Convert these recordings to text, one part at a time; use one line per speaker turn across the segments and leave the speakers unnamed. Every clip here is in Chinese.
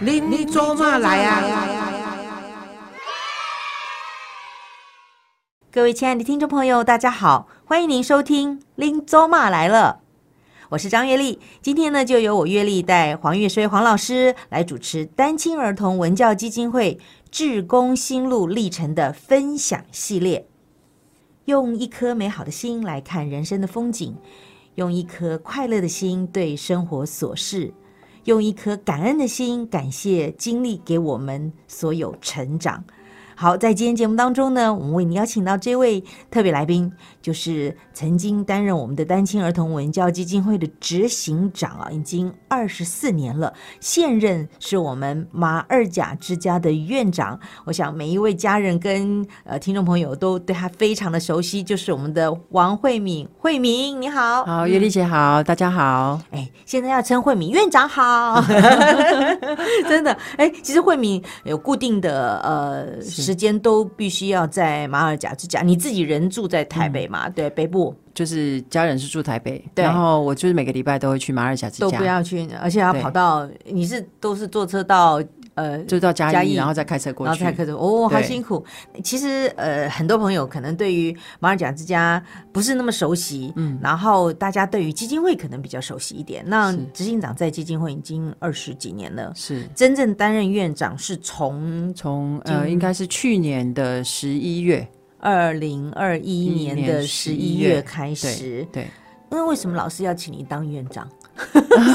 您您做嘛来啊？
各位亲爱的听众朋友，大家好，欢迎您收听《林周马来了》，我是张月丽。今天呢，就由我月丽带黄月衰黄老师来主持单亲儿童文教基金会志工心路历程的分享系列，用一颗美好的心来看人生的风景，用一颗快乐的心对生活琐事，用一颗感恩的心感谢经历给我们所有成长。好，在今天节目当中呢，我们为您邀请到这位特别来宾，就是曾经担任我们的单亲儿童文教基金会的执行长啊，已经二十四年了，现任是我们马二甲之家的院长。我想每一位家人跟呃听众朋友都对他非常的熟悉，就是我们的王慧敏，慧敏你好，
好，月丽姐好，大家好。
哎，现在要称慧敏院长好， 真的。哎，其实慧敏有固定的呃时间，都必须要在马尔甲之家。你自己人住在台北嘛？
嗯
对，北部
就是家人是住台北，
对
然后我就是每个礼拜都会去马尔甲之
都不
家，
要去，而且要
对
跑到你是都是坐车到呃
就到嘉
嘉
义，
义
然后再开车过
然后
去
才。可以哦，好
对
辛苦。其实呃，很多朋友可能对于马尔甲之家不是那么熟悉，嗯，然后大家对于基金会可能比较熟悉一点。那
是
执行长在基金会已经二十几年了，
是
真正担任院长是从
从呃，应该是去年的十一月。
二零二一年的十一月开
对
始。
对，
那为什么老师要请你当院长？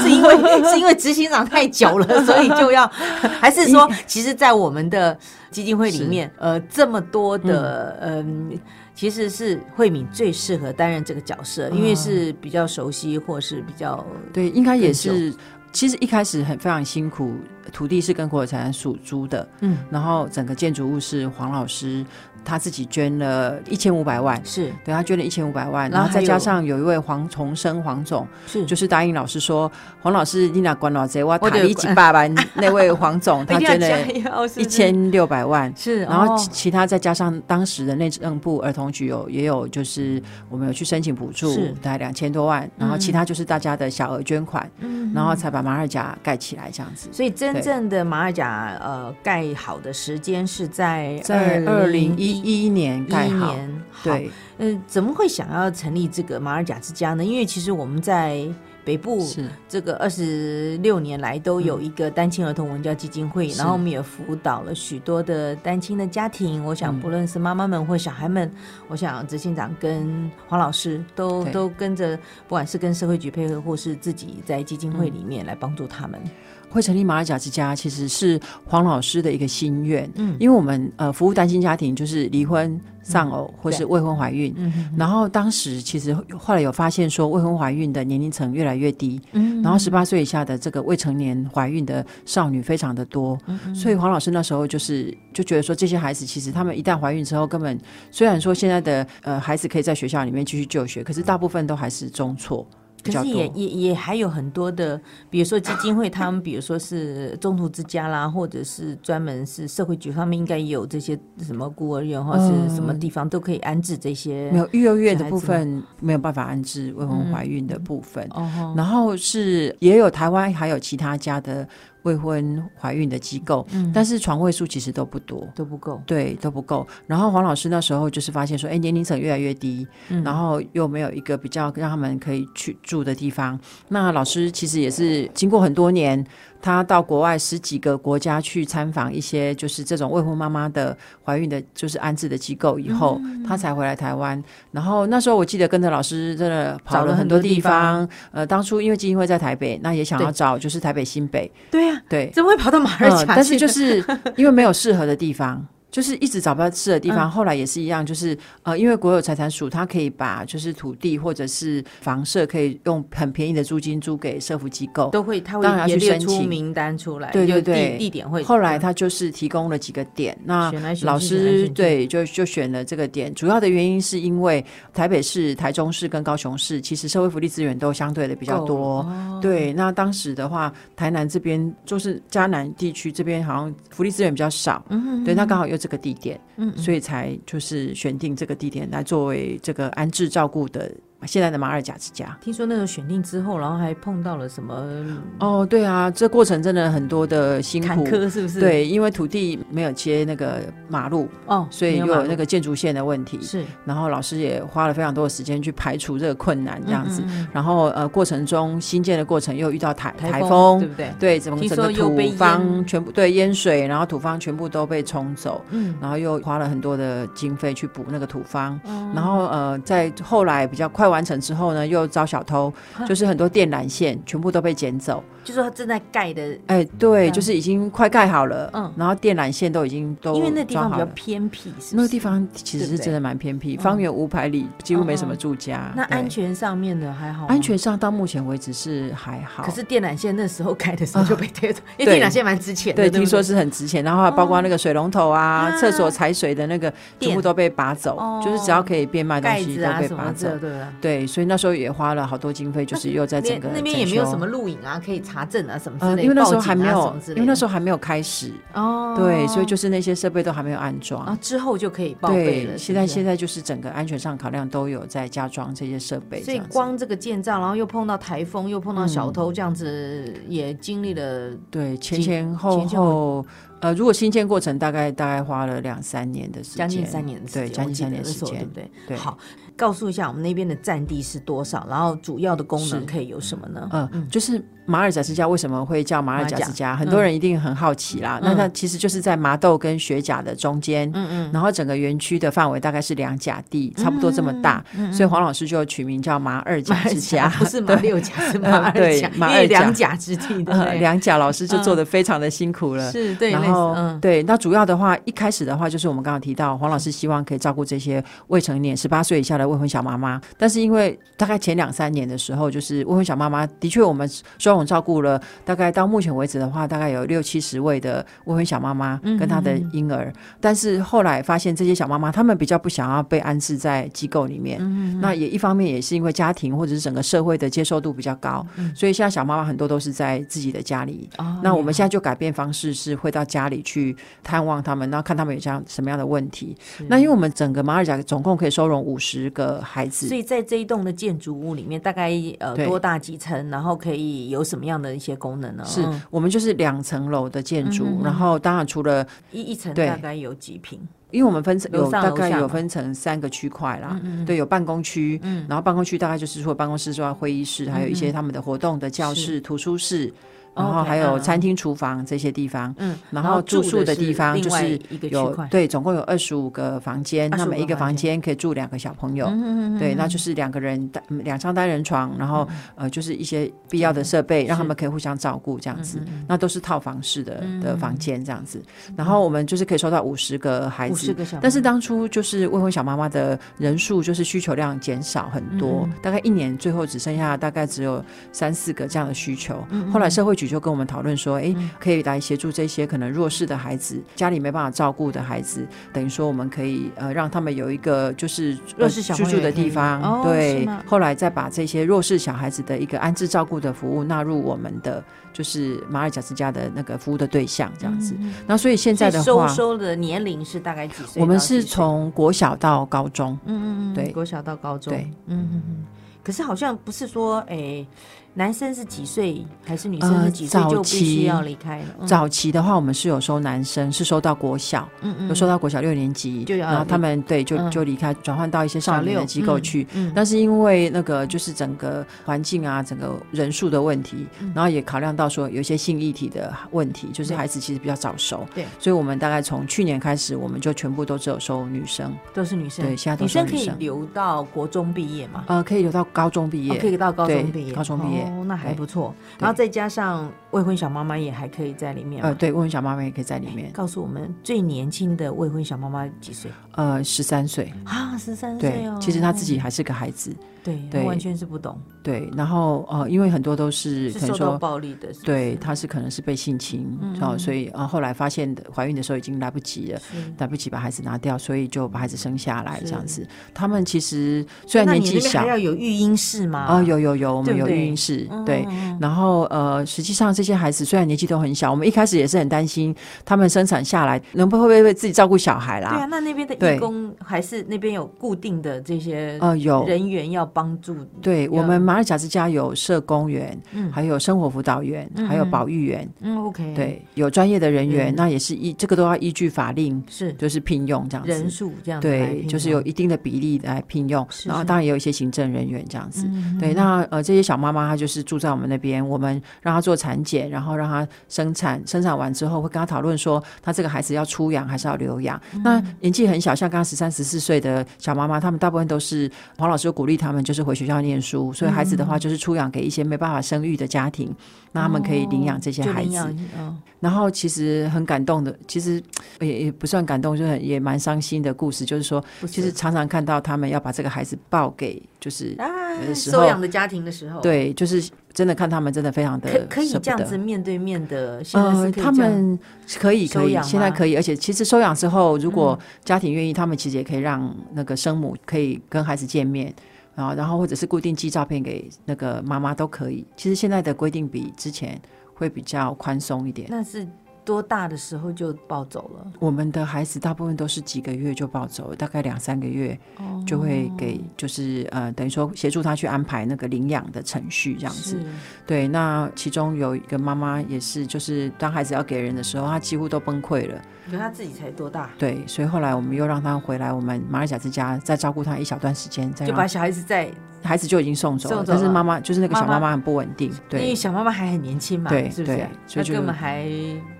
是因为 是因为执行长太久了，所以就要， 还是 说，其实，在我们的基金会里面，呃，这么多的，嗯、其实是慧敏最适合担任这个角色，因为
哦
是比较熟悉，或是比较
对，应该也
更久
是。其实一开始很非常辛苦，土地是跟国有财产属租的，
嗯，
然后整个建筑物是黄老师他自己捐了一千五百万，
是
对他捐了一千五百万，
然
然
后
后再
还有
加上有一位黄重生黄总，
是，
就是答应老师说，黄老师你俩管老贼，我塔
我得
利几百万，那位黄总 他捐了
了
一千六百万。
是，
然后
哦
其其他再加上当时的内政部儿童局有也有就是我们有去申请补助
是，
大概两千多万，然后其他就是大家的小额捐款，
嗯
然后才把马尔甲盖起来这样子。
所以真
对
正的马尔甲呃盖好的时间是在
在二零一一年
一
盖好，
年。好，
对，
嗯、怎么会想要成立这个马尔甲之家呢？因为其实我们在北部
是嗯
这个二十六年来都有一个单亲儿童文教基金会，
是
然后我们也辅导了许多的单亲的家庭。我想，
嗯
不论是妈妈们或小孩们，我想执行长跟黄老师都
对
都跟着，不管是跟社会局配合，或是自己在基金
嗯
会里面来帮助他们。
会成立马尔甲之家，其实是黄老师的一个心愿。
嗯
因为我们呃服务单亲家庭，就是离婚、丧偶、或是
对
未婚怀孕。
嗯
然后当时其实后来有发现说，未婚怀孕的年龄层越来越低，
嗯
然后十八岁以下的这个未成年怀孕的少女非常的多，
嗯
所以黄老师那时候就是就觉得说，这些孩子其实他们一旦怀孕之后，根本虽然说现在的呃孩子可以在学校里面继续就学，可是大部分都还是中辍比
可
较
是也
多。
也也还有很多的，比如说基金会，他们比如说是中途之家啦，或者是专门是社会局，他们应该也有这些什么孤儿院或是什么地方都可以安置这些。
嗯没有育幼院的
小孩
部
子嗯
分没有办法安置未婚怀孕的部分，
哦吼，
然后是也有台湾还有其他家的未婚怀孕的机构，
嗯
但是床位数其实都不多。
都不够。
对，都不够。然后黄老师那时候就是发现说，哎，年龄层越来越低，
嗯
然后又没有一个比较让他们可以去住的地方。那老师其实也是经过很多年，他到国外十几个国家去参访一些就是这种未婚妈妈的怀孕的，就是安置的机构以后，
嗯
他才回来台湾。然后那时候我记得跟着老师真的
找
跑
了
了
很
很
多
多
地
地方。呃，当初因为基金会在台北，那也想要
对
找就是台北新北，
对呀、啊，
对，
怎么会跑到马 尔甲去、
嗯，但是就 是因为没有适合的地方。就是一直找不到适合的地
嗯
方，后来也是一样，就是呃，因为国有财产署，它可以把就是土地或者是房舍，可以用很便宜的租金租给社福机构。
都会，他
当然要
会也
去
列
申
出
请
名单出来，
对对
就地
对
地点会。嗯
后来他就是提供了几个点，那
选来选去
老
选来选
师
去
对就就选了这个点。主要的原因是因为台北市、台中市跟高雄市，其实社会福利资源都相对的比较多。对，那当时的话，台南这边就是嘉南地区这边好像福利资源比较少，对，那刚好有这嗯个地点，所以才就是选定这个地点来作为这个安置照顾的现在的马尔甲之家。
听说那时候选定之后，然后还碰到了什么
哦，对啊，这过程真的很多的辛
坎
苦。
坷，是不是？，
对，因为土地没有接那个马路，
哦，
所以又
没马
有
路
那个建筑线的问题。
是
然后老师也花了非常多的时间去排除这个困难，这样子。
嗯嗯嗯
然后呃，过程中新建的过程又遇到台
台对不对？
对，整个
听
整
说
个
又被
土方
淹
全部对淹水，然后土方全部都被冲走，
嗯，
然后又花了很多的经费去补那个土方。
哦
然后呃，在后来比较快完成之后呢，又遭小 偷，就是很多电缆线全部都被捡走。
就说他正在盖的，
哎，对，
嗯
就是已经快盖好了，
嗯
然后电缆线都已经都
因为那地
装哦好
方比较
了
偏僻，是不
那个
是
地方其实
对
是
不对嗯
真的蛮偏僻，方圆五百里几乎没什么住家。
那
对
安全上面的还好吗，
安全上到目前为止是还好，啊
可是电缆线那时候盖的时候就被推走，因为
对
电缆线蛮值钱的。
对，
不
听说是很值钱，然后还包括那个水龙头啊、
啊
厕所采水的那个，全部都被拔走
哦，
就是只要可以变卖东
盖
西
子
都
啊
被
什么
拔走
的，。对不对？
对，所以那时候也花了好多经费，就是又在整
那
个
那边也
整
没有
修
什么录影啊，可以查证啊什么之类
呃，
的。
因为那时候还没
报警啊
有
什么之，类
因为那时
候
候还没有开始，
哦，
对，所以就是那些设备都还没有安装
然。后之后就可以报
对，
备了。
现在现
在，
在就是整个安全上考量都有在加装这些设备，
所
这
以
样子嗯
光这个建造，然后又碰到台风，又碰到小偷，这样子也经历了。
对前
几
前后
前前
后呃，如果新建过程大概大概花了两三年的时间，
将近三年的时间，
对，将近三年
我
的时
记得那时候对
间
不，对？
对。
好，告诉一下我们那边的占地是多少，然后主要的功能
是
可以有什么呢？
呃，就是马尔甲之家为什么会叫马尔甲之家？
嗯
很多人一定很好奇啦。那它其实就是在麻豆跟雪甲的中间，嗯嗯，然后整个园区的范围大概是两甲地，差不多这么大，所以黄老师就取名叫马尔甲之家，
不嗯 是马
对
六甲，是马二
对
甲，
马
因为
二甲
两甲之 地的、
呃，两甲老师就
嗯
做的非常的辛苦了。
是对，
然
类似
后、
嗯，
对，那主要的话，一开始的话就是我们刚刚提到，黄老师希望可以照顾这些未成年十八岁以下的未婚小妈妈，但是因为大概前两三年的时候，就是未婚小妈妈的确我们收容照顾了，大概到目前为止的话，大概有六七十位的未婚小妈妈
嗯
跟她的婴儿，但是后来发现这些小妈妈她们比较不想要被安置在机构里
嗯
面，那也一方面也是因为家庭或者是整个社会的接受度比较高，
嗯
所以现在小妈妈很多都是在自己的家里，
哦
那我们现在就改变方式，是会到家里去探望他们，然后看他们有这样什么样的问题。那因为我们整个马尔甲总共可以收容五十个孩子
所，以在这一栋的建筑物里面，大概呃
对
多大几层，然后可以有什么样的一些功能呢？
是、
嗯
我们就是两层楼的建筑，
嗯哼
然后当然除了，
一一层
对
大概有几平？
因为我们分成有
楼上
大概
楼下
有
嘛嗯
分成三个区块啦，对，有办公区，然后办公区大概就是除了办公室之外，会议
嗯
室，还有一些他们的活动的教室、图书室。然后
OK，
还有
嗯
餐厅、厨房这些地方，
嗯，
然
后
后住宿
的
的地方
另
就
外
是
一个区
有
块，
对，总共有二十五个房间，那
25
每一
个
个
房
房间可以住两个小朋友，
嗯
对，那就是两个人单嗯两张单人床，然后、呃就是一些必要的设备，让他们可以互相照顾这样
嗯
子，那都是套房式的、的房间这样子，然后我们就是可以收到五十个孩
五十
子。
个小，
但是当初就是未婚小妈妈的人数，就是需求量减少很多，
嗯
大概一年最后只剩下大概只有三四个这样的需求。
嗯
后来社会局就跟我们讨论说，诶，可以来协助这些可能弱势的孩子，家里没办法照顾的孩子，等于说我们可以呃让他们有一个就是呃
弱势小
居
朋友
住
也
的
可以
地方，
哦是
对
吗。
后来再把这些弱势小孩子的一个安置照顾的服务纳入我们的就是马尔甲之家的那个服务的对象，这样
嗯
子。那所以现在的
收
话，
收的年龄是大概几岁到几岁？
我们是从国小到高中，
嗯嗯嗯，
对
国小到高中，
对
嗯嗯嗯。可是好像不是说，诶，男生是几岁还是女生是几岁
呃
就
早
必须
期
要离开了？嗯
早期的话，我们是有收男生，是收到国小，
嗯嗯
有收到国小六年级，
就要
然后他们对就、
嗯
就离开，转换到一些少年
小
的
六
机构
嗯
去。
嗯
但是因为那个就是整个环境啊，整个人数的问题，然后也考量到说有一些性议题的问题，就是
嗯对
孩子其实比较早熟，
对
所以我们大概从去年开始，我们就全部都只有收女生，
都是女生，
对现在都
女
是
生
女
可以
生
留到国中毕业嘛？
呃，可以留到高中毕业，
哦可以到高中
对
毕业，
高中毕业
哦，那还
对
不错。
对
然后再加上未婚小妈妈也还可以在里面嘛。
呃，对，未婚小妈妈也可以在里面，
告诉我们最年轻的未婚小妈妈几岁
呃，十三岁，
啊？十三
对
岁哦。，
其实她自己还是个孩子，
对，她
对
完全是不懂，
对，然后呃，因为很多都是
是
可能
受到嗯
说。
暴力的。是不
对，
是
她是可能是被性侵，哦，所以呃后来发现的怀孕的时候已经来不及了，
是
来不及把孩子拿掉，所以就把孩子生下来
是
这样子。他们其实虽然年纪
那你那边
小
还要有育婴室吗？
啊、有有有，我
对
们
不
有
对
育婴室，
嗯
对。然后呃，实际上这些孩子虽然年纪都很小，我们一开始也是很担心他们生产下来能不会不会自己照顾小孩
对啊，
啦。
那那边的医
对
义工还是那边有固定的这些
呃，有
人员要帮助？
对我
要
们马尔甲之家有社工员，
嗯
还有生活辅导员，还有
嗯嗯
保育员，
嗯，OK，，
对，有专业的人员，
嗯
那也是依这个都要依据法令，
是
就是聘用这样
人
子。
数这样子来
对，
评
就是有一定的比例来聘用，
是
然后
是
当然也有一些行政人员这样子。
嗯
对，那呃这些小妈妈她就是住在我们那边，我们让她做产检，然后让她生产，生产完之后会跟她讨论说，她这个孩子要出养还是要留养。那
嗯
年纪很小，像刚刚十三、十四岁的小妈妈，她们大部分都是黄老师有鼓励她们就是回学校念书，所以孩子的
嗯
话就是出养给一些没办法生育的家庭，那他们可以领养这些
就
孩
领
子。
养嗯
然后其实很感动的，其实也也不算感动，就是很也蛮伤心的故事，就是说，
不
其实常常看到他们要把这个孩子抱给，就是
啊，
的时
收
候
养的家庭的时候，，
对，就是真的看他们真的非常的
可可以
舍不
这样
得
子面对面的，现在
呃
是，可以
他
这样
们可以可
收
以
养，
现在
吗嗯
可以，而且其实收养之后，如果家庭愿意，他们其实也可以让那个生母可以跟孩子见面，然后然后或者是固定寄照片给那个妈妈都可以。其实现在的规定比之前会比较宽松一点。
那是多大的时候就抱走了？
我们的孩子大部分都是几个月就抱走，大概两三个月就会
哦
给，就是呃，等于说协助他去安排那个领养的程序这样子。
是
对，那其中有一个妈妈也是，就是当孩子要给人的时候，她几乎都崩溃了。
可他自己才多大，
对，所以后来我们又让她回来我们马尔甲之家，再照顾她一小段时间，再
就把
让
小孩子在，
孩子就已经送走了。
送走
但
了
是妈妈就是那个小
妈妈
妈妈很不稳定，
因为
对
小妈妈还很年轻嘛，
对
是不是
对？所以就
那根本还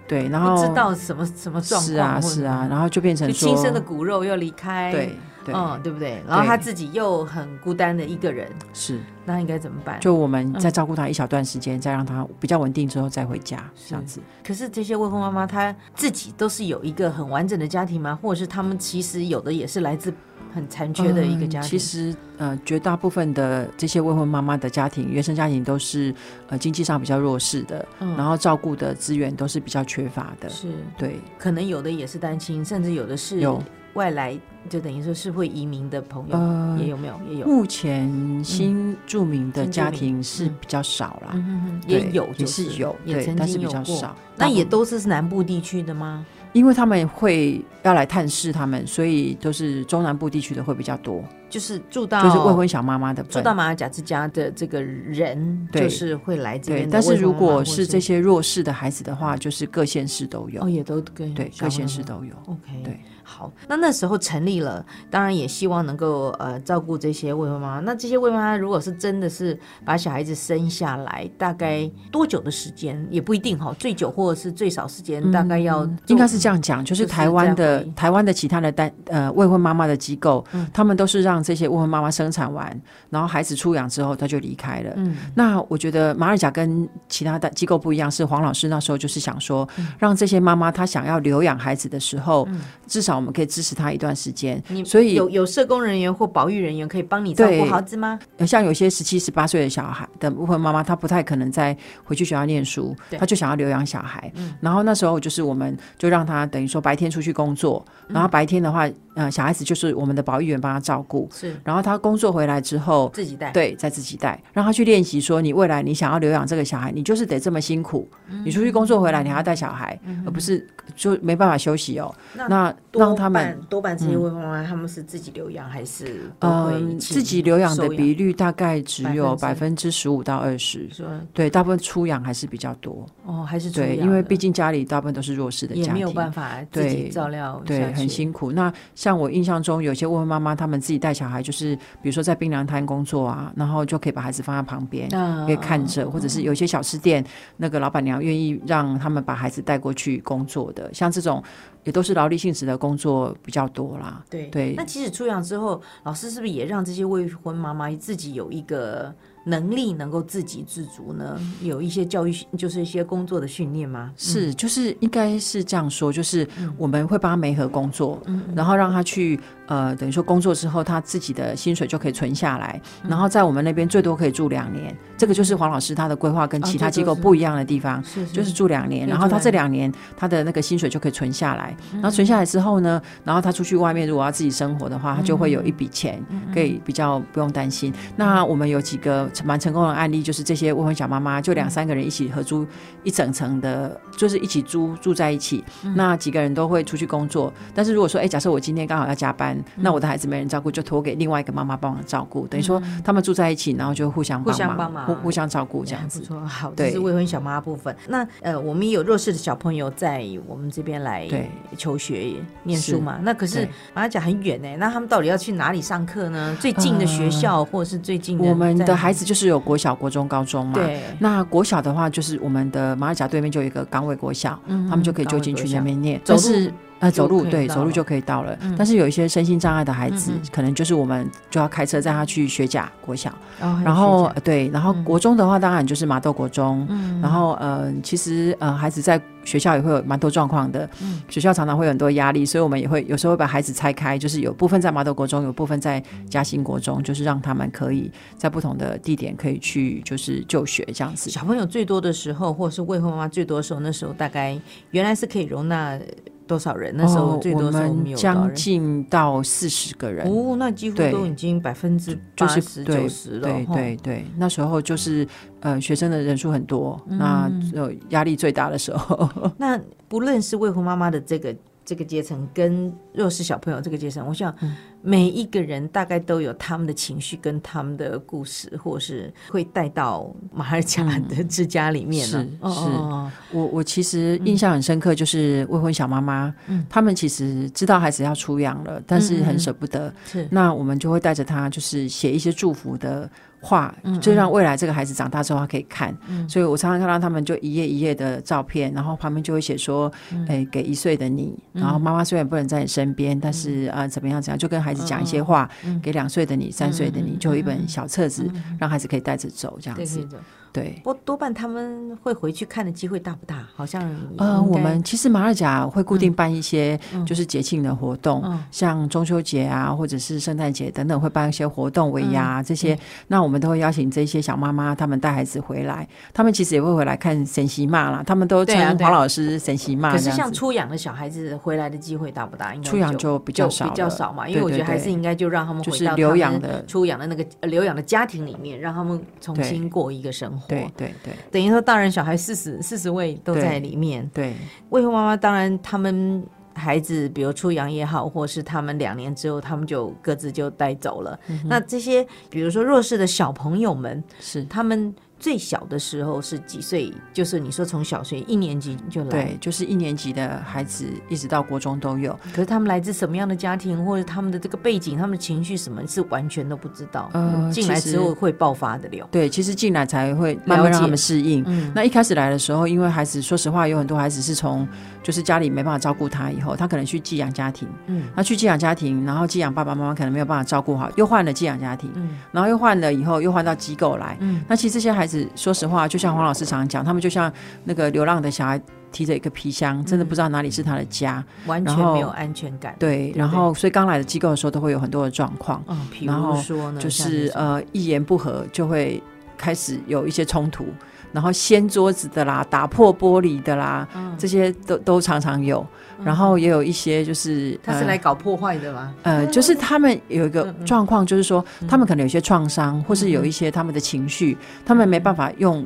对，然
不
后
知道什么什么状况，
是啊
或者
是啊，，然后就变成
就
说
亲生的骨肉又离开，
对对、
嗯，对不对？然后他自己又很孤单的一个人，
是。
那应该怎么办？
就我们再照顾他一小段时间，再让他比较稳定之后再回
嗯
家，这样子。
可是这些未婚妈妈，她自己都是有一个很完整的家庭吗？或者是她们其实有的也是来自很残缺的一个家
嗯
庭？
其实呃，绝大部分的这些未婚妈妈的家庭，原生家庭都是呃经济上比较弱势的，
嗯
然后照顾的资源都是比较缺乏的。
是
对，
可能有的也是单亲，甚至有的是
有
外来，就等于说是会移民的朋友，
呃
也，有没有？也有，
目前新住民的
新住
家
民
庭是
嗯
比较少啦，
嗯哼哼，
啊对
也有，
也
就是
有，
也
对，
曾
但是
经
比
有
较
过。
少。
那也
大部分
都是南部地区的吗？
因为他们会要来探视他们，所以都是中南部地区的会比较多，
就是住到
就是未婚小妈妈的
住
份。
到马尔甲之家的这个人，
对
就是会来这边
对，
的
但是
未婚
如
妈妈
果
或
是这些弱势的孩子的话，就是各县市都有，
哦，也都跟
对，
小
各
孩
县
们
市都有。
OK，
对，
好，那那时候成立了，当然也希望能够呃照顾这些未婚妈妈。那这些未婚妈妈如果是真的是把小孩子生下来，大
嗯
概多久的时间也不一定哈，最久或者是最少时间，大概要
嗯应该是这样讲，就是
就是
台湾
在
的
怀疑
台湾的其他的单呃未婚妈妈的机构，
嗯
他们都是让这些未婚妈妈生产完，然后孩子出养之后，他就离开了。
嗯
那我觉得马尔甲跟其他的机构不一样，是黄老师那时候就是想说，
嗯
让这些妈妈她想要留养孩子的时候，至少我们可以支持她一段时间。
你
所以
有有社工人员或保育人员可以帮你照顾
对
孩子吗？
呃像有些十七、十八岁的小孩的未婚妈妈，她不太可能再回去学校念书，
对嗯
她就想要留养小孩。然后那时候就是我们就让她等于说白天出去工作，然
嗯
后白天的话，呃，小孩子就是我们的保育员帮她照顾，
是
然后她工作回来之后。
自己带，
对，再自己带，让她去练习。说你未来你想要留养这个小孩，你就是得这么辛苦。
嗯
你出去工作回来，你还要带小孩，而不是就没办法休息哦。
那
那
多
让他们
半多半这些未婚妈妈他们是自己留养还是都会一
嗯，
起
自己留养的
收
比率大概只有
百
百
分
分之十五到二十。
说
对，大部分出养还是比较多。
哦还是出
对，
养
因为
的
毕竟家里大部分都是弱势的家
也
庭，
没有办法自己
对
照料下去，
对，很辛苦。那像我印象中，有些未婚妈妈，她们自己带小孩，就是比如说在槟榔摊工作啊，然后就可以把孩子放在旁边，
啊
可以看着，或者是有一些小吃店，那个老板娘愿意让他们把孩子带过去工作的，像这种也都是劳力性质的工作比较多啦。
对
对
那其实出养之后，老师是不是也让这些未婚妈妈自己有一个能力，能够自给自足呢？有一些教育，就是一些工作的训练吗？
是，就是应该是这样说，就是我们会帮他媒合工作，然后让他去呃，等于说工作之后，他自己的薪水就可以存下来，然后在我们那边最多可以住两年，这个就是黄老师他的规划跟其他机构不一样的地方，
嗯是
就是住两
嗯
年，然后他这两年他的那个薪水就可以存下来，然后存下来之后呢，然后他出去外面如果要自己生活的话，他就会有
嗯
一笔钱可以比较不用担心。那我们有几个蛮成功的案例，就是这些未婚小妈妈就
嗯
两三个人一起合租一整层的，就是一起租住在一起，
嗯
那几个人都会出去工作，但是如果说哎、假设我今天刚好要加班，
嗯
那我的孩子没人照顾，就托给另外一个妈妈帮忙照顾，等于说他们住在一起，然后就互相
嗯互相
帮
帮忙
互互相照顾这样
还
子
不。错，好，这
对
是未婚小妈部分。那呃，我们也有弱势的小朋友在我们这边来
对
求学、念
是
书嘛。那可是
对啊
马来讲很远呢，那他们到底要去哪里上课呢？最近的学校或者是最近
我们
在
的孩子就是有国小、国中、高中嘛。。
对，
那国小的话，就是我们的马尔甲对面就有一个港尾国小，
嗯
他们就可以就近去那边念，
港
但
尾国小
是呃
走
走
路
路
就可以
对
到
走路
了
就可以到了
嗯。
但是有一些身心障碍的孩子
嗯嗯，
可能就是我们就要开车载他去学甲国小，
然
然后呃对，然后
嗯
国中的话，当然就是麻豆国中。
嗯
然后，呃，其实，呃，孩子在学校也会有蛮多状况的。
嗯
学校常常会有很多压力，所以我们也会有时候会把孩子拆开，就是有部分在麻豆国中，有部分在嘉兴国中，就是让他们可以在不同的地点可以去就是就学这样子。
小朋友最多的时候，或者是未婚妈妈最多的时候，那时候大概原来是可以容纳多少人？那时候
哦
最多
我
时候没
们
有多少
将
人。
近到四十个人。
哦，那几乎
对
都已经百分之
就
八
是
十
对
九十了，哦
对
吼
对对，那时候就是呃，学生的人数很多，
嗯
那呃压力最大的时候。
那不论是未婚妈妈的这个这个阶层，跟弱势小朋友这个阶层，我想
嗯
每一个人大概都有他们的情绪跟他们的故事，或是会带到马尔甲的之家里面呢、
嗯是
哦
是
哦
我我其实
嗯
印象很深刻，就是未婚小妈妈，他们其实知道孩子要出养了，但是很舍不得。
嗯是
那我们就会带着他，就是写一些祝福的话，
嗯
就让未来这个孩子长大之后他可以看。所以我常常看到他们就一页一页的照片，然后旁边就会写说，
嗯
哎、给一岁的你，然后妈妈虽然不能在你身边，
嗯
但是啊、怎么样怎么样，就跟孩子讲一些话。给两岁的你、三岁
嗯
的你，就有一本小册子，让孩子可以带着走，这
对
样
对
子。
对。
对。
不过多半他们会回去看的机会大不大？好像
呃，
应该嗯
我们其实马尔甲会固定办一些就是节庆的活动，像中秋节啊，或者是圣诞节等等，会办一些活动尾牙、
嗯
啊这些。那我们都会邀请这些小妈妈，她们带孩子回来，她们其实也会回来看神喜骂啦，她们都
对啊
称
对啊
黄老师神喜骂
可
这
是像
样子。
出养的小孩子回来的机会大不大？应该
出养就比较
就
少
比较
了
少嘛，因
对
为我
对
觉得还
对
是应该就让他们
就
回
是
到
留
他
养
们
的
出养的那个呃留养的家庭里面，让他们重
对
新过一个生活。
对对对
等于说大人小孩四十四十位都在里面。
对，
未婚妈妈当然他们孩子，比如出洋也好，或是他们两年之后，他们就各自就带走了。
嗯
那这些比如说弱势的小朋友们，
是。
他们最小的时候是几岁？就是你说从小学一年级就来，
对，就是一年级的孩子一直到国中都有。
可是他们来自什么样的家庭，或者他们的这个背景、他们的情绪什么，是完全都不知道。
呃
进来
其
之
实
后会爆发的了。
对，其实进来才会慢慢
了解
让他们适应。
嗯
那一开始来的时候，因为孩子，说实话，有很多孩子是从就是家里没办法照顾他，以后他可能去寄养家庭，
嗯
那去寄养家庭，然后寄养爸爸妈妈可能没有办法照顾好，又换了寄养家庭，
嗯
然后又换了以后又换到机构来，
嗯
那其实这些孩子，说实话，就像黄老师常常讲，他们就像那个流浪的小孩提着一个皮箱，真的不知道哪里是他的家，
完全
然后
没有安全感。
对，然后所以刚来的机构的时候都会有很多的状况，
嗯，比
然
如
后
说呢，
就
像你
是
说
呃一言不合就会开始有一些冲突，然后掀桌子的啦，打破玻璃的啦，
嗯
这些都都常常有。然后也有一些就是
他是来搞破坏的吗？
呃，呃就是他们有一个
嗯
状况，就是说他们可能有一些创伤，或是有一些他们的情绪，
嗯
他们没办法用。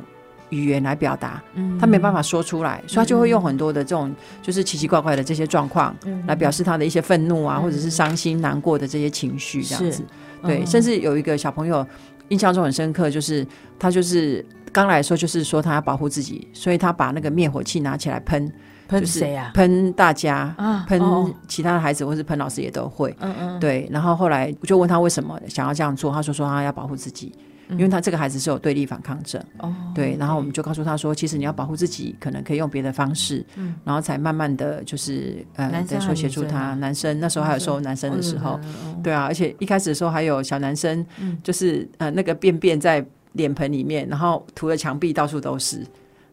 语言来表达，他没办法说出来，所以他就会
嗯
用很多的这种就是奇奇怪怪的这些状况来
嗯
表示他的一些愤怒啊，或者是伤心、难过的这些情绪，这样
是嗯
子。对，甚至有一个小朋友印象中很深刻，就是他就是刚来的时候就是说他要保护自己，所以他把那个灭火器拿起来喷，
喷
就是
谁啊？
喷大家，
啊
喷
哦
其他的孩子或是喷老师也都会。嗯嗯。对，然后后来我就问他为什么想要这样做，他说说他要保护自己。因为他这个孩子是有对立反抗症，
哦，
嗯对，然后我们就告诉他说，其实你要保护自己，可能可以用别的方式，嗯，然后才慢慢的就是呃，
男
等
生
于
还
说
是
协
女
助
生
他
啊
男生，那时候还有收男生的时候，对嗯啊，而且一开始的时候还有小男生，就是呃那个便便在脸盆里面，然后涂了墙壁到处都是，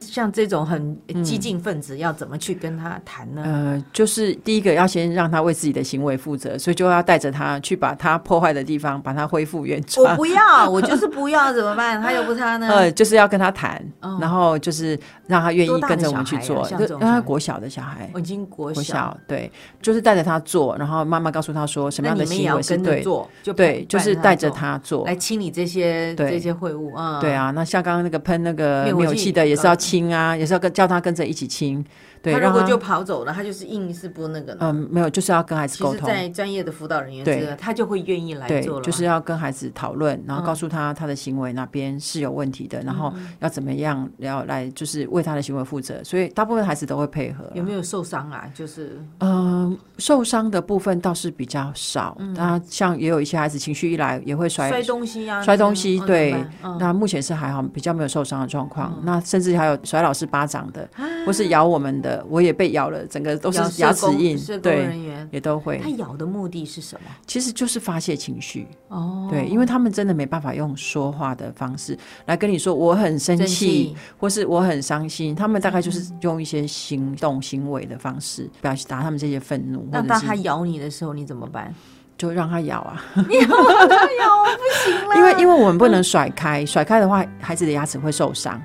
像这种很激进分子，要怎么去跟他谈呢？
呃，就是第一个要先让他为自己的行为负责，所以就要带着他去把他破坏的地方把它恢复原
我
状。
不要，我就是不要，怎么办？他又不是他呢？
呃，就是要跟他谈，
哦
然后就是让他愿
多
意
大
跟
的
着我
小
们去
孩啊
做，
像
就
这种
让他
小孩
国小的小孩，
我已经国
国小对，就是带着他做，然后妈妈告诉他说什么
那
样的
你们也
行
要
为是
跟着
对，
做，就
对，
伴
就是带着
做哎
他做
来。清理这些
对
这些秽物啊。
对，啊，那像刚刚那个喷那个
灭火
灭火
器
器的也是
呃
要清啊，也是要跟叫他跟着一起清。对，
他如
让
果就跑走了，他就是硬是不那个了。
嗯没有，就是要跟孩子
其
沟
实，
通。
在专业的辅导人员
对
之外，他就会愿意来
对
做了，嘛。嗯
就是要跟孩子讨论，然后告诉他他的行为哪边是有问题的，然后要怎么样，要来就是为他的行为负责。所以大部分孩子都会配合啦。
有没有受伤啊？就是
嗯、受伤的部分倒是比较少。那像也有一些孩子情绪一来也会摔
嗯摔东西啊，
摔东西
嗯
对，
嗯
那目前是还好，比较没有受伤的状况。那甚至还有甩老师巴掌的，或是咬我们的，我也被咬了，整个都是
啊咬社
牙齿
工
印
社，工
对，
人员
也都会
他。咬的目的是什么？
其实就是发泄情绪，
哦，
对，因为他们真的没办法用说话的方式来跟你说我很生
生嗯
气，，或是我很伤心，他们大概就是用一些行动、行为的方式表达他们这些愤怒，
那
或者
当他
是
咬你的时候，你怎么 办？
就让他咬啊，
咬不行了，
因为因为我们不
嗯
能甩开，甩开的话孩子的牙齿会受伤。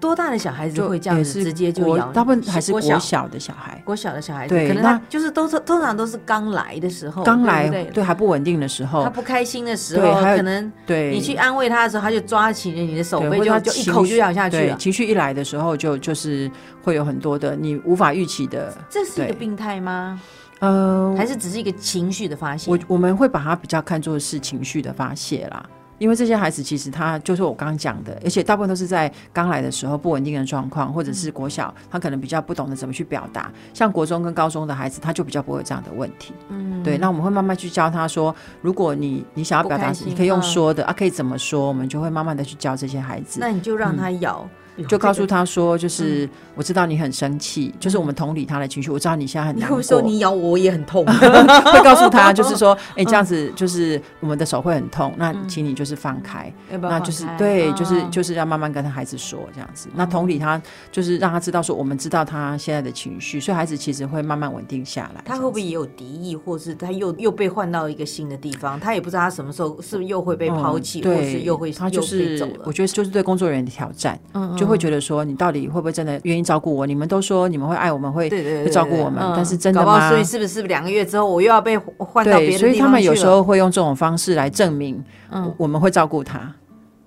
多大的小孩子会这样
也
子
是
直接就
国
咬你？
大部分还是
国
国
小
小的小孩，
国小的小孩子，
对
可能他
那
就是都是通常都是刚来的时候，
刚来
哦对不对
对还不稳定的时
他
候，
不开心的时
对
候，
还有
可能
对
你去安慰他的时候，他就抓起了你的手
对
背，
或者
就
他
就一
情
口
绪
就咬下去啊
对
了。
情绪一来的时候就就是会有很多的你无法预期的，
这是一
对
个病态吗？
呃，
还是只是一个情绪的发泄？
我我们会把它比较看作是情绪的发泄啦。因为这些孩子其实他就是我刚刚讲的，而且大部分都是在刚来的时候不稳定的状况，或者
嗯
是国小他可能比较不懂得怎么去表达。像国中跟高中的孩子，他就比较不会有这样的问题。嗯，对。那我们会慢慢去教他说，如果你你想要表
不
达
开，心
你可以用
嗯
说的、啊，可以怎么说，我们就会慢慢的去教这些孩子。
那你就让他咬，
嗯就告诉
他，
他说，
嗯
就是我知道你很生气，就是我们同理他的情绪，我知道你现在很
你
难
会不
过。
会说你咬我我也 很痛？
会告诉他，就是说，哎、这样子就是我们的手会很痛，那请你就是放开，
要嗯不要
那
放
就是
开哦
对，就是
嗯
就是要慢慢跟他孩子说这样子。那同理他，就是让他知道说，我们知道他现在的情绪，所以孩子其实会慢慢稳定下来。
他会不会也有敌意，或是他又又被换到一个新的地方？他也不知道他什么时候是不是又会被
这样子
抛弃，
嗯
或是
对，
又会
他就
又被
是
走了
我。觉得就是对工作人员的挑战，
嗯嗯
就会觉得说，你到底会不会真的愿意照顾我？你们都说你们会爱我们，会
对对对
会照顾我们
对对
但是真的
搞不好
吗
所以是不是是不是两个月之后我又要被换到
对，
别的地方
所以他们有
去
时
了
候会用这种方式来证明，
嗯
我我们会照顾他。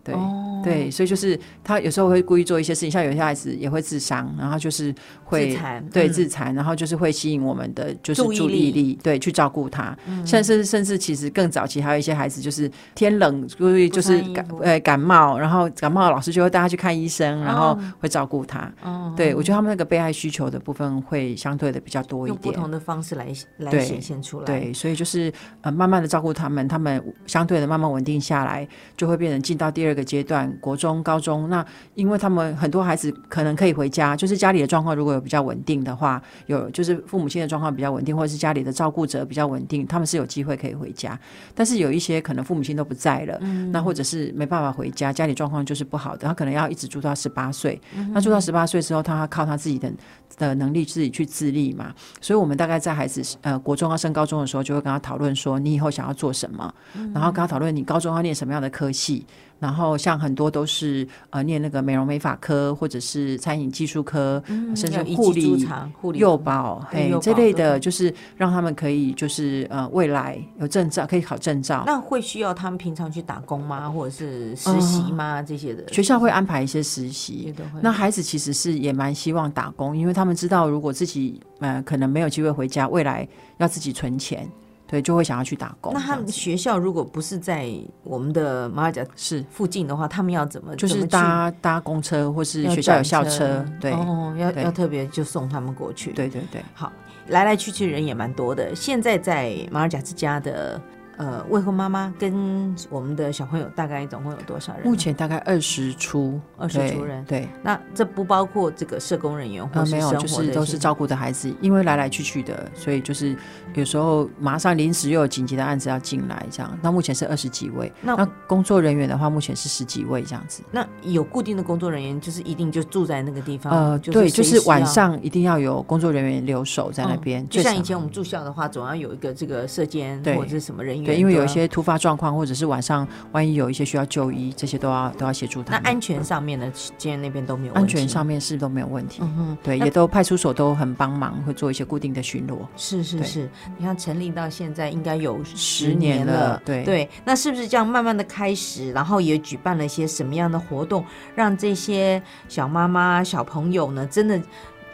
对、
哦
对，所以就是他有时候会故意做一些事情，像有些孩子也会自伤，然后就是会
自残
对
嗯
自残，然后就是会吸引我们的就是
注
注
意
意
力嗯
力，对，去照顾他。甚至甚至其实更早期还有一些孩子就是天冷，所以
不
就
穿
是
衣
感
服
呃感冒，然后感冒老师就会带他去看医生，然后
哦
会照顾他。
哦
对我觉得他们那个被爱需求的部分会相对的比较多一
用不
点。
同的方式来来
对
显现出来。，
对，所以就是呃，慢慢的照顾他们，他们相对的慢慢稳定下来，就会变成进到第二个阶段，国中、高中。那因为他们很多孩子可能可以回家，就是家里的状况如果有比较稳定的话，有就是父母亲的状况比较稳定，或者是家里的照顾者比较稳定，他们是有机会可以回家。但是有一些可能父母亲都不在了，
嗯
那或者是没办法回家，家里状况就是不好的，他可能要一直住到十八岁。
嗯
那住到十八岁之后，他要靠他自己的的能力自己去自立嘛。所以我们大概在孩子呃国中要升高中的时候，就会跟他讨论说你以后想要做什么，
嗯
然后跟他讨论你高中要念什么样的科系。然后像很多都是呃念那个美容美发科或者是餐饮技术科，甚至
嗯有一
护
技之
理。
长护理
幼保，
对
嘿
幼，
这
保
类
对
的，就是让他们可以，就是呃，未来有证照，可以考证照。
那会需要他们平常去打工吗，或者是实习吗？这些的
嗯学校会安排一些实
也
习。
都会。
那孩子其实是也蛮希望打工，因为他们知道如果自己呃可能没有机会回家，未来要自己存钱，对，就会想要去打工这
那
样子。
他们学校如果不是在我们的马尔甲
是
附近的话，他们要怎么
就是
怎么
搭搭公车或是
去要
学校有
转
校车，对、
哦，要
对
要特别就送他们过去。，
对对对。
好，来来去去人也蛮多的。现在在马尔甲之家的呃未婚妈妈跟我们的小朋友大概总共有多少人？啊
目前大概二十出，
20
对
出人
对，
那这不包括这个社工人员或
呃，
是
没有，
生
就
活
是
的
都是
一些
照顾的孩子，因为来来去去的，所以就是有时候马上临时又有紧急的案子要进来，这样。那目前是二十几位，
那
那工作人员的话，目前是十几位这样子。
那有固定的工作人员，就是一定就住在那个地方。
呃，
就
对，就
随时
是晚
要哦
上一定要有工作人员留守在那边，
就
最
像以
少
前我们住校的话，总要有一个这个社监
对
或者是什么人员的。
对，因为有一些突发状况，或者是晚上万一有一些需要就医，这些都要都要协助
那
他们。
安全上面呢，监院那边都没有问
安
题
全上面是都没有问题，
嗯哼，
对，
那
也都派出所都很帮忙，会做一些固定的巡逻。
是是
对
是。你看成立到现在应该有十
年
年
了
了，
对
对。那是不是这样慢慢的开始，然后也举办了一些什么样的活动，让这些小妈妈、小朋友呢，真的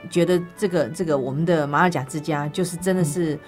觉得这个这个我们的马尔甲之家就是真的
嗯
是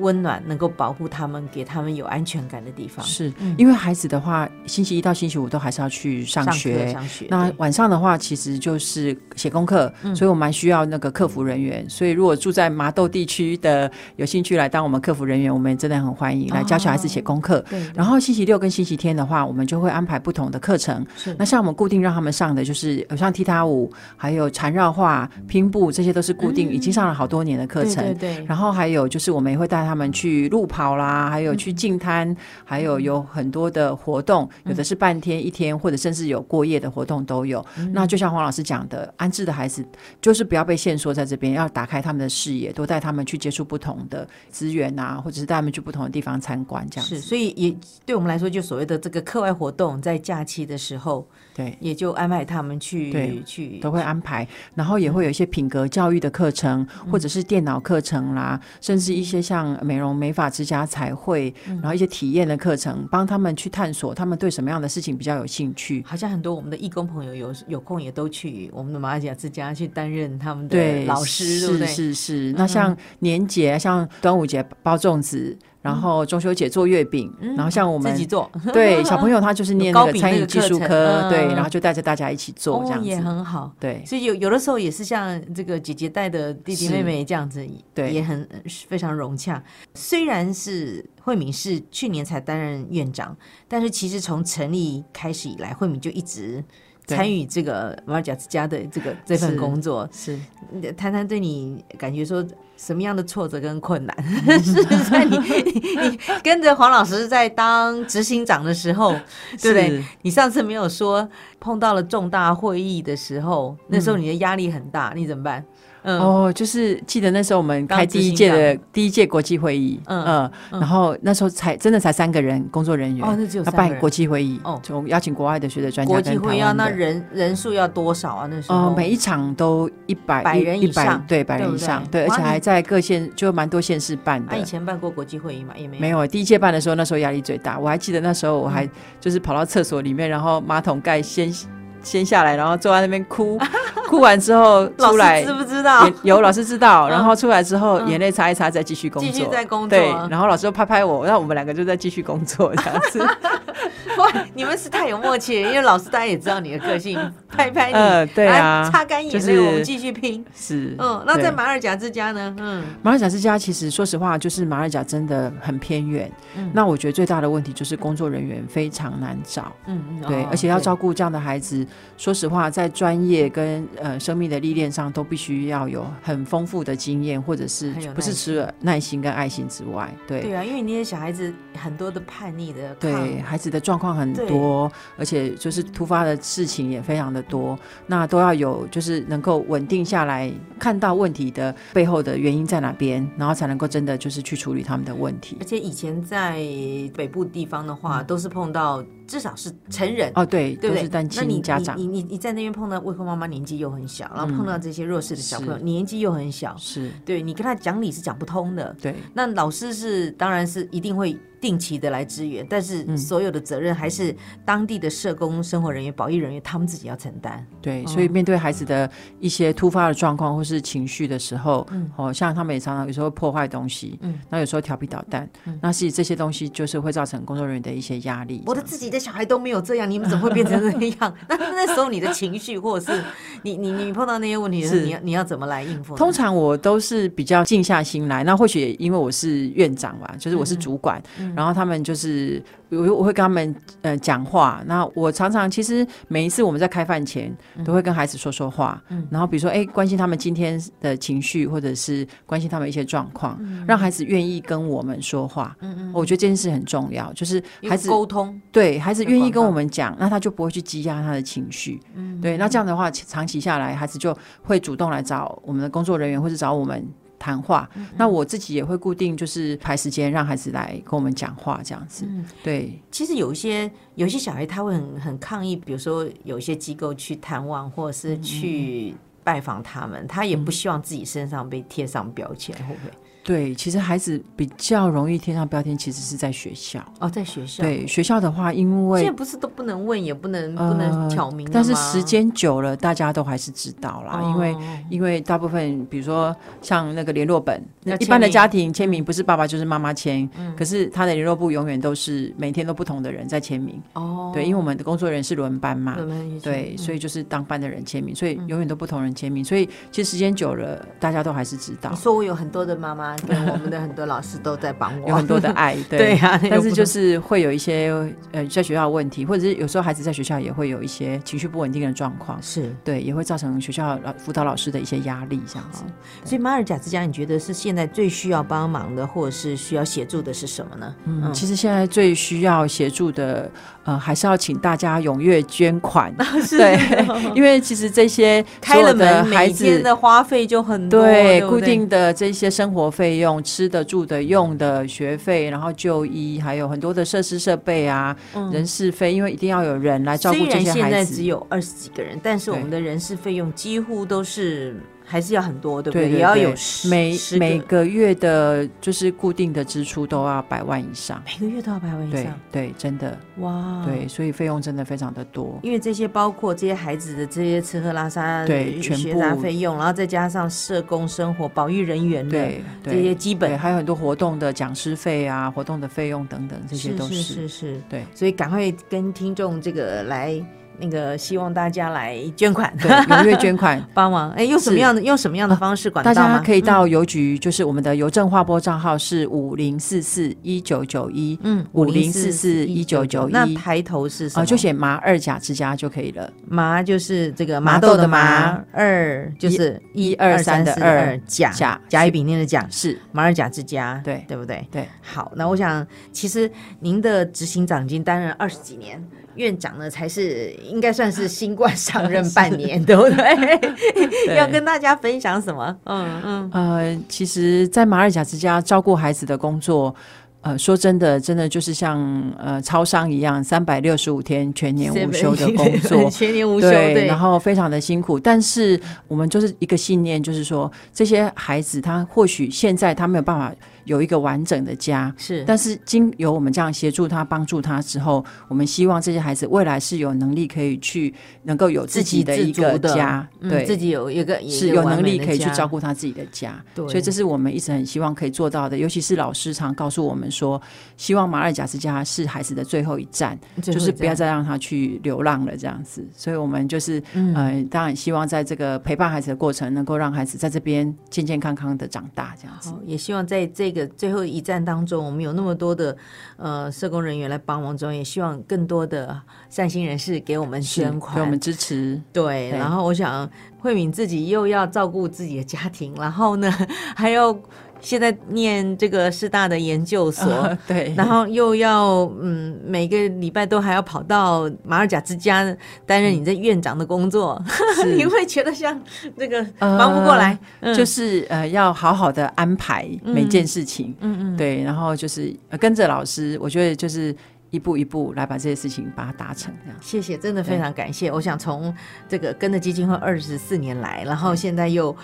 温暖，能够保护他们，给他们有安全感的地方。
是、
嗯
因为孩子的话，星期一到星期五都还是要去上
上
学。
课上学，
那
对嗯
晚上的话，其实就是写功课，所以我蛮需要那个客服人员。所以如果住在麻豆地区的有兴趣来当我们客服人员，我们真的很欢迎来教小孩
哦
子写功课。
对对
然后星期六跟星期天的话，我们就会安排不同的课程。
是
那像我们固定让他们上的就是呃像踢踏舞，还有缠绕画、拼布，这些都是固定、已经上了好多年的课
对
程。
嗯对对，
然后还有就是，我们也会带他们去路跑啦，还有
嗯
去净滩，还有有很多的活动，有
嗯
的是半天、一天，或者甚至有过夜的活动都有。
嗯
那就像黄老师讲的，安置的孩子就是不要被限缩在这边，要打开他们的视野，多带他们去接触不同的资源啊，或者是带他们去不同的地方参观，这样
是，
子。
所以也对我们来说，就所谓的这个课外活动，在假期的时候，
对。
也就安排他们去
对
去
都会安排，然后也会有一些品格教育的课程，或
嗯
者是电脑课程啦，甚至一些像美容、美发、指甲、彩绘，
嗯
然后一些体验的课程，帮他们去探索他们对什么样的事情比较有兴趣。
好像很多我们的义工朋友有有空也都去我们的马来西亚之家去担任他们的
对，
老师，对不
是
嗯对？
是是。那像年节，啊像端午节包粽子，然后中秋节做月饼，然后像我们
嗯自己做，
对小朋友 他就是念
有糕
那个
饼
餐
那个
饮技术
课程
科，对，
嗯
然后就带着大家一起 做这
哦
样
也
子，
很好。
对。
所以有有的时候也是像这个姐姐带的弟弟
是
妹妹这样子，
对
也很非常融洽。虽然是慧敏是去年才担任院长，但是其实从成立开始以来，慧敏就一直
对
参与这个马尔甲之家的这个这份
是
工作。
是
你谈谈对你感觉说什么样的挫折跟困难 是在你 你跟着黄老师在当执行长的时 候，对不对？
是
你上次没有说碰到了重大会议的时候，那时候你的压力很大，你怎么办？嗯，
哦，就是记得那时候我们
当
开
执
第一
行
届的第一届国际会议，
嗯
呃然后那时候才真的才三个人工作人员，
哦那只
要
有三个人
办国际会议，
哦
就我们邀请国外的学者专家
国
跟
际会议
台
要
湾
那
的
人人数要多少啊？那时候、
呃，每一场都一百
百
一
人
一
以上
百对百
对
人
不
以
对
上，对，而
哇
且
你
还在各县就蛮多县市办
啊，
的
以。前办过国际会议嘛，也没有
没有，第一届办的时候，那时候压力最大。我还记得那时候，我还
嗯
就是跑到厕所里面，然后马桶盖掀掀下来，然后坐在那边哭，哭完之后
老
出来
师知不知道
也？有老师知道，
嗯
然后出来之后
嗯
眼泪擦一擦，再继续工
继
作，
续在工作啊
对，然后老师又拍拍我，那我们两个就在继续工作这样 子。
哇，你们是太有默契了，因为老师大家也知道你的 个性，拍拍你，
呃对啊
来擦干眼泪，
就是
我们继续拼。
是，
嗯，那
对
在马尔甲之家呢？嗯，
马尔甲之家，其实说实话，就是马尔甲真的很偏远。
嗯
那我觉得最大的问题就是工作人员非常难找，
嗯嗯，
对，
哦
而且要照顾这样的孩子，说实话，在专业跟呃生命的历练上，都必须要有很丰富的经验，或者是
很有
不是
耐
除了耐心跟爱心之外，对。
对啊，因为那些小孩子很多的叛逆的抗，
对孩子的状况很
对
多，而且就是突发的事情也非常的多，那都要有就是能够稳定下来，看到问题的背后的原因在哪边，然后才能够真的就是去处理他们的问题
而。且以前在北部地方的话，都是碰到至少是成人。
嗯哦，对，
对不
都
对？
是单
那你
亲家长
你你你你在那边碰到未婚妈妈，年纪又很小，然后碰到这些弱势的小朋友，
是
年纪又很小，
是，
对你跟他讲理是讲不通的。
对，
那老师是当然是一定会定期的来支援，但是所有的责任还是当地的社工、生活人员、保育人员他们自己要承担。
对，所以面对孩子的一些突发的状况或是情绪的时候，
嗯
哦，像他们也常常有时候破坏东西，那有时候调皮捣蛋，那是这些东西就是会造成工作人员的一些压力。
嗯我的自己的的小孩都没有这样，你们怎么会变成这样？ 那那时候你的情绪，或者是你你你碰到那些问题的时候，
是
你要你要怎么来应付呢？
通常我都是比较静下心来，那或许也因为我是院长吧，就是我
嗯
是主管，然后他们就是我我会跟他们呃讲话。那我常常其实每一次我们在开饭前
嗯
都会跟孩子说说话，然后比如说哎、关心他们今天的情绪，或者是关心他们一些状况，
嗯
让孩子愿意跟我们说话。我觉得这件事很重要，就是
因为
孩子
沟通，
对孩子愿意
管道
跟我们讲，那他就不会去积压他的情绪。嗯，对，那这样的话，其长期下来，孩子就会主动来找我们的工作人员，或者找我们谈话。
嗯
那我自己也会固定就是排时间让孩子来跟我们讲话，这样子。
嗯
对，
其实有一些有一些小孩他会很很抗议，比如说有一些机构去探望，或者是去拜访他们，他也不希望自己身上被贴上标签，会不会？
对，其实孩子比较容易贴上标签，其实是在学校。
哦，在学校，
对，学校的话，因
现
为
在不是都不能问，也不能
呃
不能挑明了吗、
但是时间久了，大家都还是知道啦，因为。
哦
因为大部分，比如说像那个联络本，
要
那一
签
般的
名嗯
家庭签名不是爸爸就是妈妈签，可是他的联络簿永远都是每天都不同的人在签名。
哦，
对，因为我们的工作人员是轮班嘛，对，所
以
以就是当班的人签名，所以
嗯
永远都不同人签名，所以其实时间久了，大家都还是知道
你说我有很多的妈妈跟我们的很多老师都在帮我，
有很多 的爱，对。
对啊呀、
但是就是是会有一些呃，在学校的问题，或者是有时候孩子在学校也会有一些情绪不稳定的状况，
是，
对，也会造成学校老辅导老师的一些压力，这样子。
所以马尔甲之家，你觉得是现在最需要帮忙的，或者是需要协助的是什么呢？
嗯，其实现在最需要协助的，呃，还是要请大家踊跃捐款，对， 因为其实这些
啊 开了
所有的
门，
孩
每天
子。
的花费就很多，
对，
对，
固定的这些生活费用、吃的、住的、用的、学费，然后就医，还有很多的设施设备啊、人事费，因为一定要有人来照顾
嗯虽
这
然
些
现
孩
在
子。
只有二十几个人，但是我们的人事费用几乎都是还是要很多，对不
对对
也要
对
有十
每
十个
每个月的，就是固定的支出都要百万以上。
每个月都要百万以
对
上，嗯
对，真的
哇！
对，，所以费用真的非常的多。
因为这些包括这些孩子的这些吃喝拉撒、
对
呃
全部
学杂费用，然后再加上社工、生活、保育人员的
对对，
这些基
对，
本，
还有很多活动的讲师费啊，活动的费用等等，这些都
是
是
是是是，
对。
所以赶快跟听众这个来那个，希望大家来捐款，
对，踊跃捐款，
帮忙。哎，用什么样的用什么样的方式管
大
道
家
吗
可以到邮局，就是我们的邮政划拨账号是五零四四一九九一，
嗯
5044 1991
那抬头是什
啊，
么？
就写麻二甲之家就可以了。
麻就是这个麻
麻
豆
豆
的
的
麻
麻，
二就是
一二三的二
甲
甲
甲乙丙丁的甲，
是，
马尔甲之家，
对
对不对？
对，
好，那我想，其实您的执行长已经担任二十几年，院长呢才是应该算是 新官上任半年，对不对？
对
要跟大家分享什么？嗯嗯，
呃，其实，在马尔甲之家照顾孩子的工作。呃，说真的，真的就是像呃超商一样，三百六十五天全年无休的工作，
全年无休，
对，
对，
然后非常的辛苦，但是我们就是一个信念，就是说这些孩子他或许现在他没有办法有一个完整的家。
是，
但是经由我们这样协助他、帮助他之后，我们希望这些孩子未来是有能力可以去能够有自己的一
自足
个
的
家，
嗯
对，
自己有一个
是有能力可以去照，顾他自己的家，
对
所以这是我们一直很希望可以做到的。尤其是老师常告诉我们说，希望马尔甲之家是孩子的最后一站，
一个完美的家
就是不要。再让他去流浪了，这样子。所以我们就是，
嗯
呃，当然希望在这个陪伴孩子的过程，能够让孩子在这边健健康康的长大，这样子。
哦好，也希望在这个最后一站当中，我们有那么多的呃社工人员来帮忙中，也希望更多的善心人士给我们
是
捐款，
给我们支 持。对
对，然后我想慧敏自己又要照顾自己的家庭，然后呢还要现在念这个师大的研究所。
嗯 对，
然后又要嗯，每个礼拜都还要跑到马尔甲之家担任你这院长的工作，
嗯是
你会觉得像那个
呃
忙不过来，嗯
就是呃，要好好的安排每件事情，
嗯
嗯对，然后就是、呃跟着老师，我觉得就是一步一步来把这些事情把它达成，这样
谢谢，真的非常感谢。我想从这个跟着基金会二十四年来，然后现在又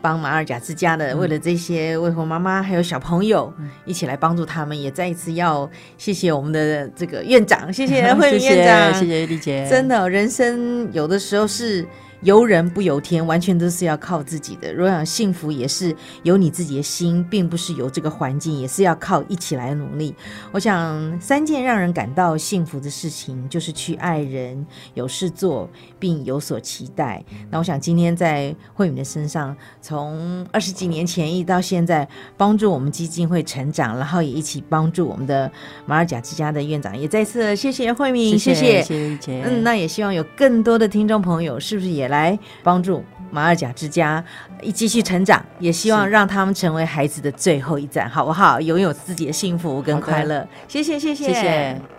帮马尔甲之家
嗯
的，为了这些未婚妈妈还有小朋友、一起来帮助他们，也再一次要谢谢我们的 这个院长，谢谢慧
谢
敏院长，
谢谢谢丽姐，
真的，人生有的时候是由人不由天，完全都是要靠自己的。如果想幸福，也是由你自己的心，并不是由这个环境，也是要靠一起来努力。我想三件让人感到幸福的事情，就是去爱人、有事做，并有所期待。那我想今天在慧敏的身上，从二十几年前一直到现在，帮助我们基金会成长，然后也一起帮助我们的马尔甲之家的院长，也再次谢谢慧敏，
谢谢
谢
谢姐，
嗯，那也希望有更多的听众朋友，是不是也来帮助马尔甲之家一继续成长？也希望
是
让他们成为孩子的最后一站，好不好？拥有自己的幸福跟
好的
快乐。谢谢，谢谢，
谢谢。